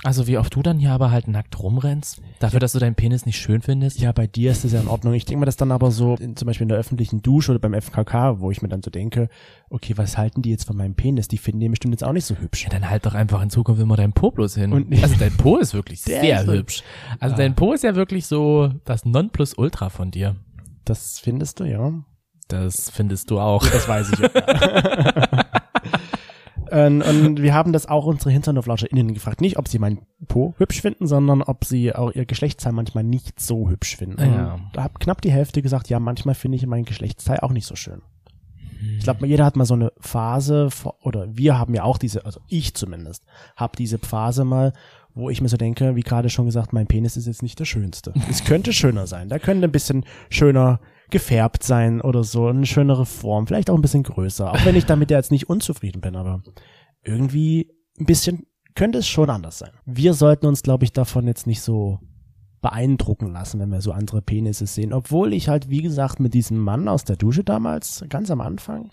Also wie oft du dann hier aber halt nackt rumrennst, dafür, dass du deinen Penis nicht schön findest. Ja, bei dir ist das ja in Ordnung. Ich denke mir das dann aber so, in, zum Beispiel in der öffentlichen Dusche oder beim FKK, wo ich mir dann so denke, okay, was halten die jetzt von meinem Penis? Die finden den bestimmt jetzt auch nicht so hübsch. Ja, dann halt doch einfach in Zukunft immer deinen Po bloß hin. Und- also dein Po ist wirklich Der sehr ist so- Ah. hübsch. Also dein Po ist ja wirklich so das Nonplusultra von dir. Das findest du, ja. Das findest du auch. Das weiß ich. Und, und wir haben das auch unsere HinternhoflauscherInnen gefragt. Nicht, ob sie meinen Po hübsch finden, sondern ob sie auch ihr Geschlechtsteil manchmal nicht so hübsch finden. Ja. Und Da hat knapp die Hälfte gesagt, ja, manchmal finde ich mein Geschlechtsteil auch nicht so schön. Ich glaube, jeder hat mal so eine Phase, vor- oder wir haben ja auch diese, also ich zumindest, habe diese Phase mal, wo ich mir so denke, wie gerade schon gesagt, mein Penis ist jetzt nicht der schönste. Es könnte schöner sein. Da könnte ein bisschen schöner gefärbt sein oder so, eine schönere Form, vielleicht auch ein bisschen größer. Auch wenn ich damit ja jetzt nicht unzufrieden bin, aber irgendwie ein bisschen könnte es schon anders sein. Wir sollten uns, glaube ich, davon jetzt nicht so beeindrucken lassen, wenn wir so andere Penisse sehen. Obwohl ich halt, wie gesagt, mit diesem Mann aus der Dusche damals, ganz am Anfang,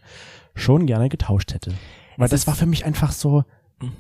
schon gerne getauscht hätte. Weil Es das ist- Mhm. war für mich einfach so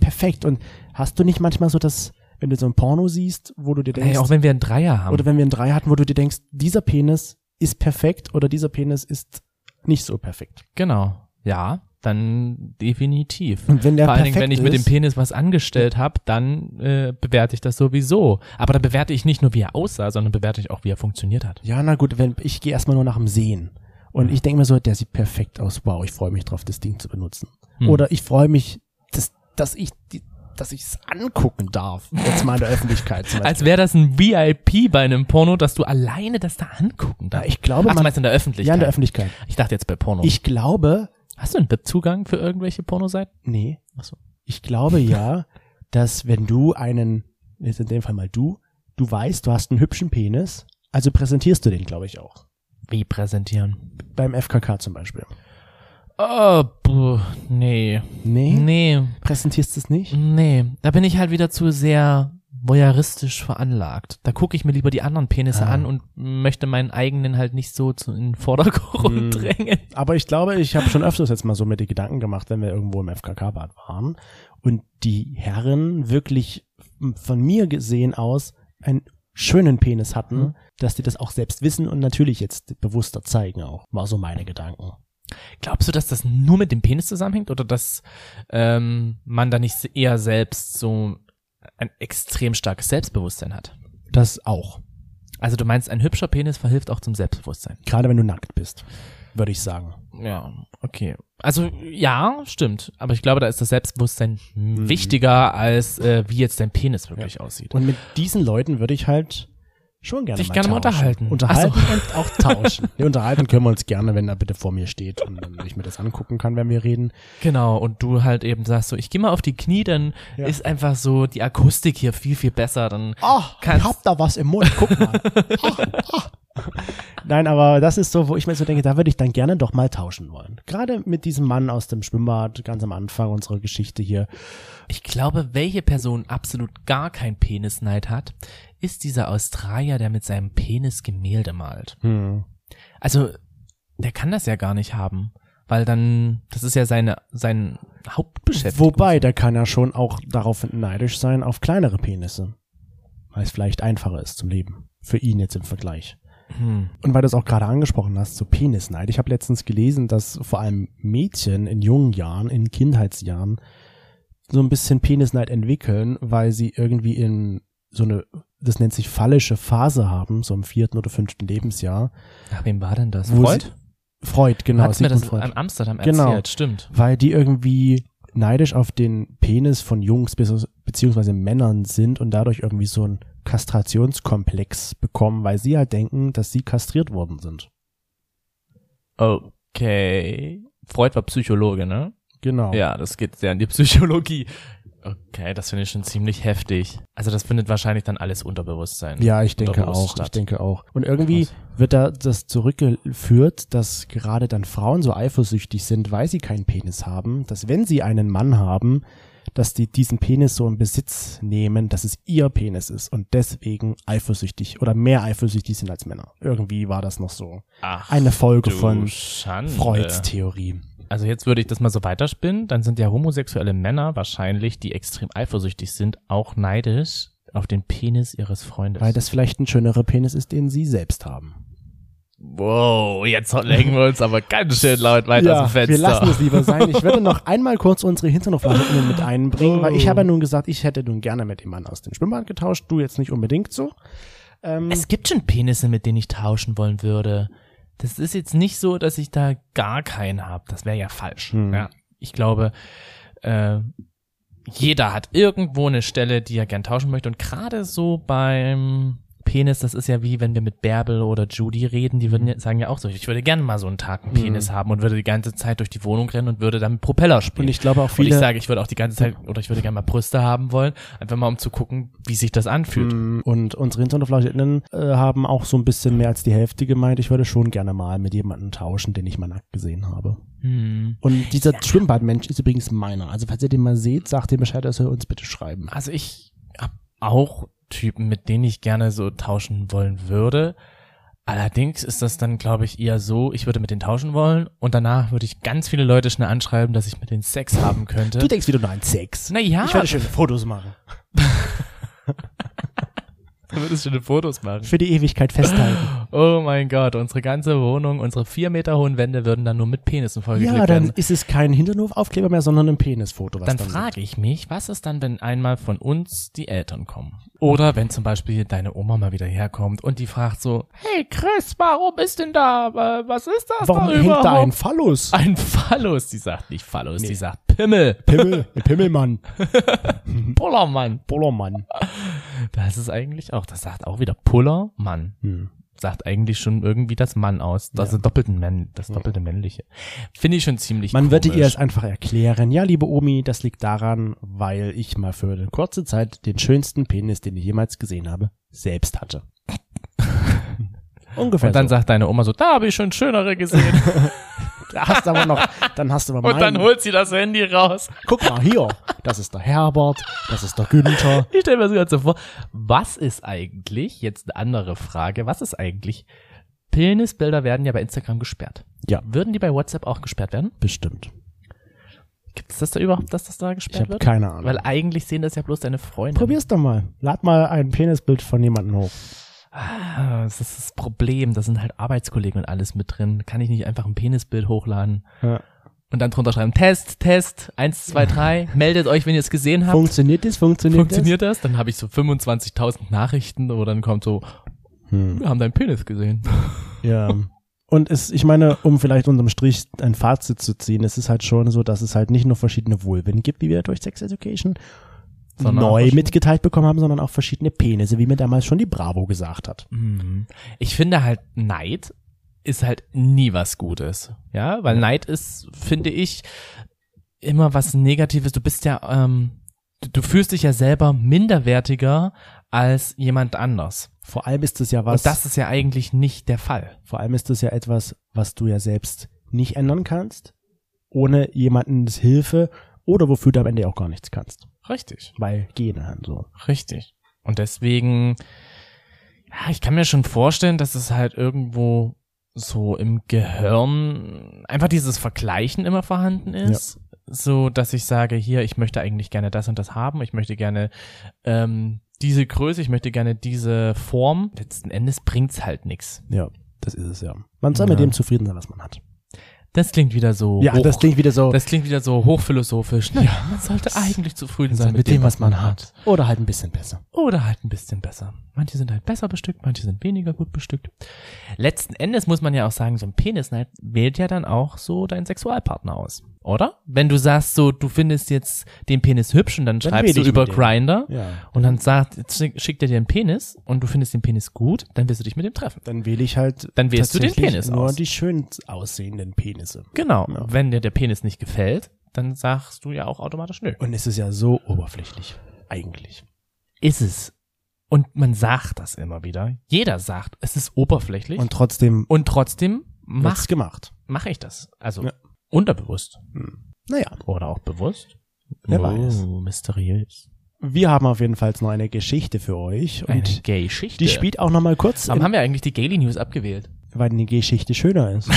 perfekt. Und hast du nicht manchmal so das, wenn du so ein Porno siehst, wo du dir denkst, Ey, auch wenn wir einen Dreier haben. oder wenn wir einen Drei hatten, wo du dir denkst, dieser Penis ist perfekt oder dieser Penis ist nicht so perfekt. genau. Ja, dann definitiv. Und wenn der Vor allen Dingen, perfekt wenn ich mit dem ist, Penis was angestellt habe, dann äh, bewerte ich das sowieso. Aber da bewerte ich nicht nur, wie er aussah, sondern bewerte ich auch, wie er funktioniert hat. Ja, na gut, wenn, ich gehe erstmal nur nach dem Sehen. Und ich denke mir so, der sieht perfekt aus. Wow, ich freue mich drauf, das Ding zu benutzen. Hm. Oder ich freue mich, dass, dass ich die, dass ich es angucken darf. Jetzt mal in der Öffentlichkeit zum Beispiel. Als wäre das ein VIP bei einem Porno, dass du alleine das da angucken Ja, darfst. ich glaube, Ach, du man, meinst in der Öffentlichkeit? ja, in der Öffentlichkeit. Ich dachte jetzt bei Porno. Ich glaube, Hast du einen Webzugang für irgendwelche Pornoseiten? nee, Ach so. ich glaube ja, dass wenn du einen, jetzt in dem Fall mal du, du weißt, du hast einen hübschen Penis, also präsentierst du den, glaube ich, auch. Wie präsentieren? Beim FKK zum Beispiel. Oh, buh, nee. Nee, Nee, Mhm. präsentierst du es nicht? nee. Da bin ich halt wieder zu sehr voyeuristisch veranlagt. Da gucke ich mir lieber die anderen Penisse Ah. an und möchte meinen eigenen halt nicht so zu, in den Vordergrund Hm. drängen. Aber ich glaube, ich habe schon öfters jetzt mal so mit den Gedanken gemacht, wenn wir irgendwo im FKK-Bad waren und die Herren wirklich von mir gesehen aus einen schönen Penis hatten, Mhm. dass die das auch selbst wissen und natürlich jetzt bewusster zeigen auch. War so meine Gedanken. Glaubst du, dass das nur mit dem Penis zusammenhängt oder dass ähm, man da nicht eher selbst so ein extrem starkes Selbstbewusstsein hat? Das auch. Also du meinst, ein hübscher Penis verhilft auch zum Selbstbewusstsein? Gerade wenn du nackt bist, würde ich sagen. Ja, okay. Also ja, stimmt. Aber ich glaube, da ist das Selbstbewusstsein Mhm. wichtiger als äh, wie jetzt dein Penis wirklich aussieht. Und mit diesen Leuten würde ich halt schon gerne Dich mal gerne mal tauschen. unterhalten. Unterhalten und auch tauschen. Nee, unterhalten können wir uns gerne, wenn er bitte vor mir steht und dann ich mir das angucken kann, wenn wir reden. Genau. Und du halt eben sagst so, ich gehe mal auf die Knie, dann Ja. ist einfach so die Akustik hier viel viel besser. Dann Ah, ich Kannst- Ah, hab da was im Mund, guck mal. Nein, aber das ist so, wo ich mir so denke, da würde ich dann gerne doch mal tauschen wollen. Gerade mit diesem Mann aus dem Schwimmbad, ganz am Anfang unserer Geschichte hier. Ich glaube, welche Person absolut gar kein Penisneid hat, ist dieser Australier, der mit seinem Penis Gemälde malt. Hm. Also, der kann das ja gar nicht haben, weil dann, das ist ja seine, sein Hauptbeschäftigung. Wobei, da kann er schon auch darauf neidisch sein, auf kleinere Penisse. Weil es vielleicht einfacher ist zum Leben. Für ihn jetzt im Vergleich. Hm. Und weil du es auch gerade angesprochen hast, so Penisneid. Ich habe letztens gelesen, dass vor allem Mädchen in jungen Jahren, in Kindheitsjahren, so ein bisschen Penisneid entwickeln, weil sie irgendwie in so eine, das nennt sich phallische Phase haben, so im vierten oder fünften Lebensjahr. Ach, wem war denn das? Wo Freud? Sie, Freud, genau. Hat's mir Sigmund das Freud. an Amsterdam erzählt, Genau. stimmt. weil die irgendwie neidisch auf den Penis von Jungs bes- beziehungsweise Männern sind und dadurch irgendwie so einen Kastrationskomplex bekommen, weil sie halt denken, dass sie kastriert worden sind. Okay. Freud war Psychologe, ne? Genau. Ja, das geht sehr in die Psychologie. Okay, das finde ich schon ziemlich heftig. Also das findet wahrscheinlich dann alles Unterbewusstsein. Ja, ich denke unterbewusst auch. statt. Ich denke auch. Und irgendwie Krass. wird da das zurückgeführt, dass gerade dann Frauen so eifersüchtig sind, weil sie keinen Penis haben, dass wenn sie einen Mann haben, dass die diesen Penis so in Besitz nehmen, dass es ihr Penis ist und deswegen eifersüchtig oder mehr eifersüchtig sind als Männer. Irgendwie war das noch so Ach, eine Folge du von Schande. Freuds Theorie. Also jetzt würde ich das mal so weiterspinnen, dann sind ja homosexuelle Männer wahrscheinlich, die extrem eifersüchtig sind, auch neidisch auf den Penis ihres Freundes. Weil das vielleicht ein schönerer Penis ist, den sie selbst haben. wow, jetzt legen wir uns aber ganz schön laut weit Halt aus dem Fenster. wir lassen es lieber sein. Ich würde noch einmal kurz unsere Hinterhoflache mit einbringen, weil Oh. ich habe ja nun gesagt, ich hätte nun gerne mit dem Mann aus dem Schwimmbad getauscht, du jetzt nicht unbedingt so. Ähm, Es gibt schon Penisse, mit denen ich tauschen wollen würde. Das ist jetzt nicht so, dass ich da gar keinen habe. Das wäre ja falsch. Hm. Ja. Ich glaube, äh, jeder hat irgendwo eine Stelle, die er gern tauschen möchte. Und gerade so beim Penis, das ist ja wie, wenn wir mit Bärbel oder Judy reden, die Hm. würden ja, sagen ja auch so, ich würde gerne mal so einen Tag einen Penis haben und würde die ganze Zeit durch die Wohnung rennen und würde dann mit Propeller spielen. und ich glaube auch Und ich viele, sage, ich würde auch die ganze Zeit, oder ich würde gerne mal Brüste haben wollen, einfach mal um zu gucken, wie sich das anfühlt. Mm, und unsere HinterhoflauscherInnen äh, haben auch so ein bisschen mehr als die Hälfte gemeint, ich würde schon gerne mal mit jemandem tauschen, den ich mal nackt gesehen habe. Hm. Und dieser Schwimmbadmensch ist übrigens meiner. Also falls ihr den mal seht, sagt dem Bescheid, er soll uns bitte schreiben. Also ich habe auch Typen, mit denen ich gerne so tauschen wollen würde. Allerdings ist das dann, glaube ich, eher so, ich würde mit denen tauschen wollen und danach würde ich ganz viele Leute schnell anschreiben, dass ich mit denen Sex haben könnte. Du denkst wieder nur an Sex. Na ja. Ich werde schöne Fotos machen. du würdest schöne Fotos machen. Für die Ewigkeit festhalten. Oh mein Gott, unsere ganze Wohnung, unsere vier Meter hohen Wände würden dann nur mit Penissen vollgeklebt Ja, dann werden. ist es kein Hinternhof-Aufkleber mehr, sondern ein Penisfoto. Was Dann dann frage ich mich, was ist dann, wenn einmal von uns die Eltern kommen? Oder wenn zum Beispiel deine Oma mal wieder herkommt und die fragt so, hey Chris, warum ist denn da, äh, was ist das Warum da hängt überhaupt? da ein Phallus? Ein Phallus, die sagt nicht Phallus, die sagt Pimmel, Pimmel, ein Pimmelmann, Pullermann. Bollermann. Das ist eigentlich auch, das sagt auch wieder Pullermann. Hm. Sagt eigentlich schon irgendwie das Mann aus, das doppelten Männ, das doppelte männliche. Finde ich schon ziemlich Man komisch. würde ihr es einfach erklären. Ja, liebe Omi, das liegt daran, weil ich mal für eine kurze Zeit den schönsten Penis, den ich jemals gesehen habe, selbst hatte. Ungefähr und dann so. sagt deine Oma so, da habe ich schon schönere gesehen. Da hast du aber noch, dann hast du aber Und meinen. dann holt sie das Handy raus. Guck mal, hier, das ist der Herbert, das ist der Günther. Ich stelle mir das so vor, was ist eigentlich, jetzt eine andere Frage, was ist eigentlich, Penisbilder werden ja bei Instagram gesperrt. Ja. Würden die bei WhatsApp auch gesperrt werden? Bestimmt. Gibt es das da überhaupt, dass das da Ich gesperrt habe wird? keine Ahnung. Weil eigentlich sehen das ja bloß deine Freunde. Probier's doch mal. Lad mal ein Penisbild von jemandem hoch. Ah, Das ist das Problem, da sind halt Arbeitskollegen und alles mit drin. Kann ich nicht einfach ein Penisbild hochladen Ja. und dann drunter schreiben, Test, Test, eins, zwei, drei. meldet euch, wenn ihr es gesehen habt. Funktioniert das? Funktioniert, Funktioniert das? Dann habe ich so 25.000 Nachrichten, wo dann kommt so, das? Hm. wir haben deinen Penis gesehen. Ja. Und es, ich meine, um vielleicht unterm Strich ein Fazit zu ziehen, es ist halt schon so, dass es halt nicht nur verschiedene Wohlwillen gibt, wie wir durch Sex Education Sondern auch neu verschiedene- mitgeteilt bekommen haben, sondern auch verschiedene Penisse, wie mir damals schon die Bravo gesagt hat. Mhm. Ich finde halt Neid ist halt nie was Gutes. Ja, weil Neid ist, finde ich, immer was Negatives. Du bist ja, ähm, du, du fühlst dich ja selber minderwertiger als jemand anders. Vor allem ist es ja was, Und das ist ja eigentlich nicht der Fall. vor allem ist es ja etwas, was du ja selbst nicht ändern kannst, ohne jemandens Hilfe oder wofür du am Ende auch gar nichts kannst. Richtig, Weil Gene halt so. richtig. Und deswegen, ja, ich kann mir schon vorstellen, dass es halt irgendwo so im Gehirn einfach dieses Vergleichen immer vorhanden ist. So, dass ich sage, hier, ich möchte eigentlich gerne das und das haben, ich möchte gerne ähm, diese Größe, ich möchte gerne diese Form. Letzten Endes bringt's halt nichts. Ja, das ist es ja. Man soll mit Ja. dem zufrieden sein, was man hat. Das klingt wieder so. Ja, das hoch- klingt wieder so Das klingt wieder so hochphilosophisch. Ne? Ja, man sollte eigentlich zufrieden sein mit dem, was man hat. Oder halt ein bisschen besser. Oder halt ein bisschen besser. Manche sind halt besser bestückt, manche sind weniger gut bestückt. Letzten Endes muss man ja auch sagen, so ein Penisneid wählt ja dann auch so deinen Sexualpartner aus. Oder? Wenn du sagst so, du findest jetzt den Penis hübsch und dann Dann schreibst rede du ich über mit dem. Grinder Ja. und dann sagt, jetzt schick- schickt er dir einen Penis und du findest den Penis gut, dann wirst du dich mit dem treffen. Dann wähle ich halt Dann wählst du den tatsächlich Penis nur aus. die schön aussehenden Penisse. Genau. Ja. Wenn dir der Penis nicht gefällt, dann sagst du ja auch automatisch nö. Und es ist ja so oberflächlich. Eigentlich. ist es. Und man sagt das immer wieder. Jeder sagt, es ist oberflächlich. Und, Und trotzdem trotzdem macht's mache gemacht. mach ich das. Also Ja. unterbewusst Naja. oder auch bewusst. Wer oh, weiß. mysteriös. Wir haben auf jeden Fall noch eine Geschichte für euch. Eine Und Gay-Schichte. die spielt auch nochmal kurz, Warum in, haben wir eigentlich die Gaily News abgewählt? weil die Geschichte schöner ist.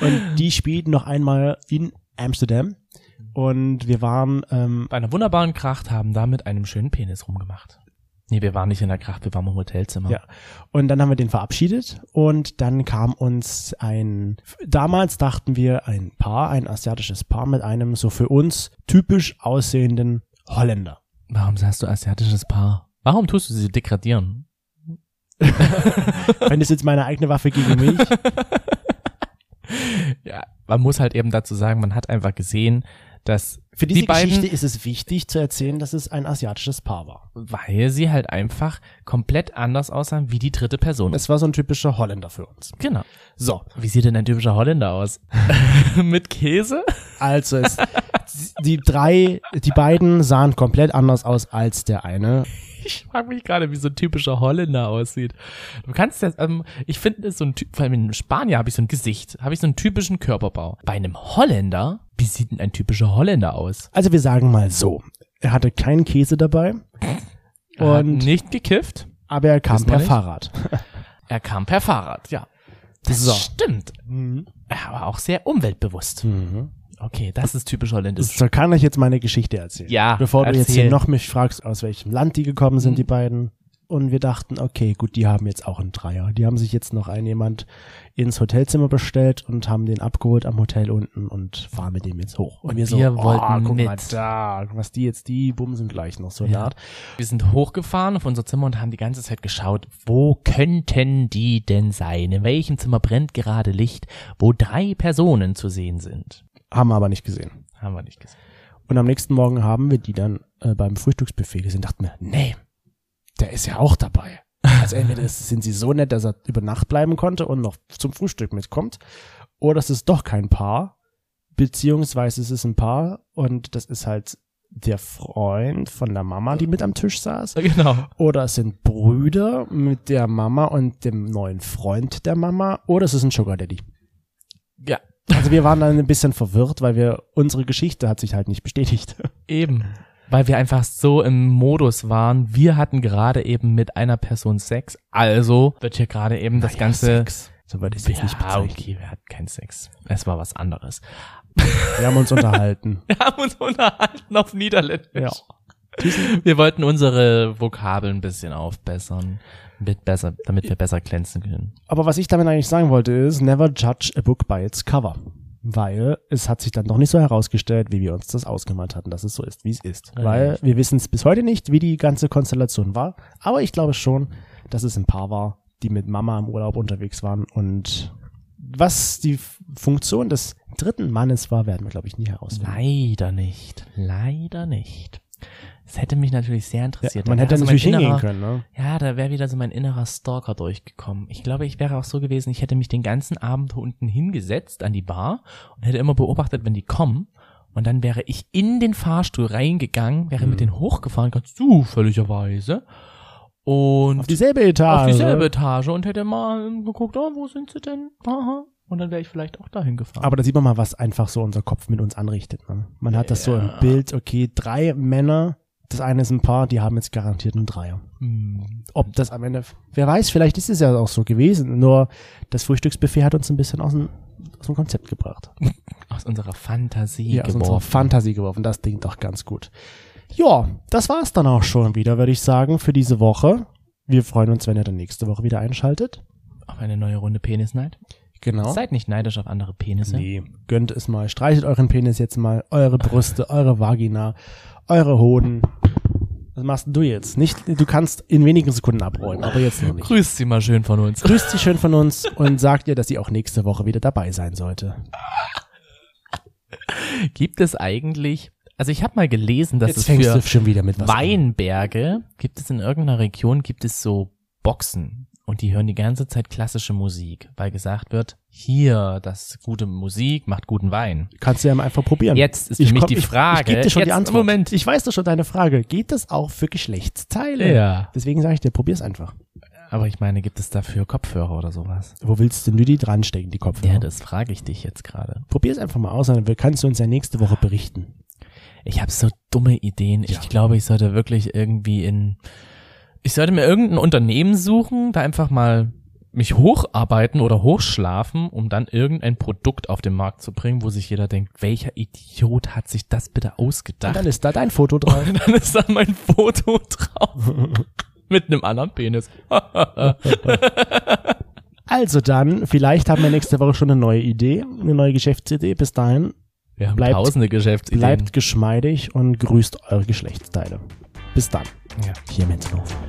und die spielt noch einmal in Amsterdam. Und wir waren ähm, Bei einer wunderbaren Kracht haben da mit einem schönen Penis rumgemacht. Nee, wir waren nicht in der Kracht, wir waren im Hotelzimmer. Ja. Und dann haben wir den verabschiedet und dann kam uns ein, damals dachten wir ein Paar, ein asiatisches Paar mit einem so für uns typisch aussehenden Holländer. Warum sagst du asiatisches Paar? Warum tust du sie degradieren? Wenn das jetzt meine eigene Waffe gegen mich, Ja, man muss halt eben dazu sagen, man hat einfach gesehen, dass für diese die beiden Geschichte ist es wichtig zu erzählen, dass es ein asiatisches Paar war. weil sie halt einfach komplett anders aussahen wie die dritte Person. Es war so ein typischer Holländer für uns. genau. So, Wie sieht denn ein typischer Holländer aus? Mit Käse? also es, die drei, die beiden sahen komplett anders aus als der eine. Ich frage mich gerade, wie so ein typischer Holländer aussieht. Du kannst das, ähm, ich finde so ein Typ, vor allem in Spanien habe ich so ein Gesicht, habe ich so einen typischen Körperbau. Bei einem Holländer, wie sieht denn ein typischer Holländer aus? Also wir sagen mal so, er hatte keinen Käse dabei, Er hat Und- nicht gekifft, aber er kam Wissen wir per nicht. Fahrrad. er kam per Fahrrad, ja. Das So. stimmt. Er war auch sehr umweltbewusst. Okay, das ist typisch holländisch. So kann ich jetzt meine Geschichte erzählen. Ja, Bevor du jetzt erzähl. Mhm. hier noch mich fragst, aus welchem Land die gekommen sind, die beiden. Und wir dachten, okay, gut, die haben jetzt auch einen Dreier. Die haben sich jetzt noch ein jemand ins Hotelzimmer bestellt und haben den abgeholt am Hotel unten und fahren mit dem jetzt hoch. Und wir, wir so, wollten oh, guck mal mit. da, was die jetzt, die bumsen gleich noch so Ja. eine Art. Wir sind hochgefahren auf unser Zimmer und haben die ganze Zeit geschaut, wo könnten die denn sein? In welchem Zimmer brennt gerade Licht, wo drei Personen zu sehen sind? Haben wir aber nicht gesehen. Haben wir nicht gesehen. Und am nächsten Morgen haben wir die dann äh, beim Frühstücksbuffet gesehen, dachten wir, nee, der ist ja auch dabei. Also entweder ist, sind sie so nett, dass er über Nacht bleiben konnte und noch zum Frühstück mitkommt, oder es ist doch kein Paar, beziehungsweise es ist ein Paar und das ist halt der Freund von der Mama, die mit am Tisch saß, Genau. oder es sind Brüder mit der Mama und dem neuen Freund der Mama, oder es ist ein Sugar Daddy. Ja, Also wir waren dann ein bisschen verwirrt, weil wir unsere Geschichte hat sich halt nicht bestätigt. eben. Weil wir einfach so im Modus waren. Wir hatten gerade eben mit einer Person Sex. Also wird hier gerade eben das ganze. So würde ich es jetzt nicht ja, bezeichnen. okay, wir hatten keinen Sex. Es war was anderes. Wir haben uns unterhalten. Wir haben uns unterhalten auf Niederländisch. Ja. Wir wollten unsere Vokabeln ein bisschen aufbessern, mit besser, damit wir besser glänzen können. Aber was ich damit eigentlich sagen wollte ist, never judge a book by its cover. Weil es hat sich dann doch nicht so herausgestellt, wie wir uns das ausgemalt hatten, dass es so ist, wie es ist. Ja, Weil richtig. wir wissen es bis heute nicht, wie die ganze Konstellation war. Aber ich glaube schon, dass es ein Paar war, die mit Mama im Urlaub unterwegs waren. Und was die F- Funktion des dritten Mannes war, werden wir, glaube ich, nie herausfinden. Leider nicht. Leider nicht. Das hätte mich natürlich sehr Ja, interessiert. man Da hätte wäre so Also mein natürlich hingehen innerer- können, ne? Ja, da wäre wieder so mein innerer Stalker durchgekommen. Ich glaube, ich wäre auch so gewesen, ich hätte mich den ganzen Abend unten hingesetzt an die Bar und hätte immer beobachtet, wenn die kommen. Und dann wäre ich in den Fahrstuhl reingegangen, wäre mit den hochgefahren, ganz zufälligerweise. Und Auf dieselbe Etage. auf dieselbe Etage und hätte mal geguckt, oh, wo sind sie denn? Aha. Und dann wäre ich vielleicht auch dahin gefahren. Aber da sieht man mal, was einfach so unser Kopf mit uns anrichtet. Ne? Man hat das so im Ja. Bild, okay, drei Männer, das eine ist ein Paar, die haben jetzt garantiert einen Dreier. Hm. Ob das am Ende, wer weiß, vielleicht ist es ja auch so gewesen, nur das Frühstücksbuffet hat uns ein bisschen aus dem, aus dem Konzept gebracht. aus unserer Fantasie Ja, aus unserer geworfen. Fantasie geworfen, das klingt doch ganz gut. Ja, das war's dann auch schon wieder, würde ich sagen, für diese Woche. Wir freuen uns, wenn ihr dann nächste Woche wieder einschaltet. auf eine neue Runde Penisneid. Genau. Seid nicht neidisch auf andere Penisse. Nee, gönnt es mal. Streichelt euren Penis jetzt mal, eure Brüste, eure Vagina, eure Hoden. Was machst denn du jetzt? Nicht, du kannst in wenigen Sekunden abräumen, aber jetzt noch nicht. Grüßt sie mal schön von uns. Grüßt sie schön von uns und sagt ihr, dass sie auch nächste Woche wieder dabei sein sollte. Gibt es eigentlich, also ich habe mal gelesen, dass jetzt es fängst du für schon wieder mit was an. Weinberge, gibt es in irgendeiner Region, gibt es so Boxen und die hören die ganze Zeit klassische Musik, weil gesagt wird, hier, das ist gute Musik macht guten Wein. Kannst du ja mal einfach probieren. Jetzt ist für mich die Ich, ich Frage- geb dir schon die Jetzt, Antwort. Moment. Ich weiß doch schon deine Frage. Geht das auch für Geschlechtsteile? Ja. Deswegen sage ich dir, probier's einfach. Aber ich meine, gibt es dafür Kopfhörer oder sowas? Wo willst denn du die dranstecken, die Kopfhörer? Ja, das frage ich dich jetzt gerade. Probier's einfach mal aus, dann kannst du uns ja nächste Woche berichten. Ich habe so dumme Ideen. Ja. Ich glaube, ich sollte wirklich irgendwie in. Ich sollte mir irgendein Unternehmen suchen, da einfach mal mich hocharbeiten oder hochschlafen, um dann irgendein Produkt auf den Markt zu bringen, wo sich jeder denkt, welcher Idiot hat sich das bitte Und ausgedacht? dann ist da dein Foto drauf. Und dann ist da mein Foto drauf. Mit einem anderen Penis. Also dann, vielleicht haben wir nächste Woche schon eine neue Idee, eine neue Geschäftsidee. Bis dahin, Wir haben Bleibt- tausende Geschäftsideen. bleibt geschmeidig und grüßt eure Geschlechtsteile. Bis dann, Ja. hier im Hinterhof.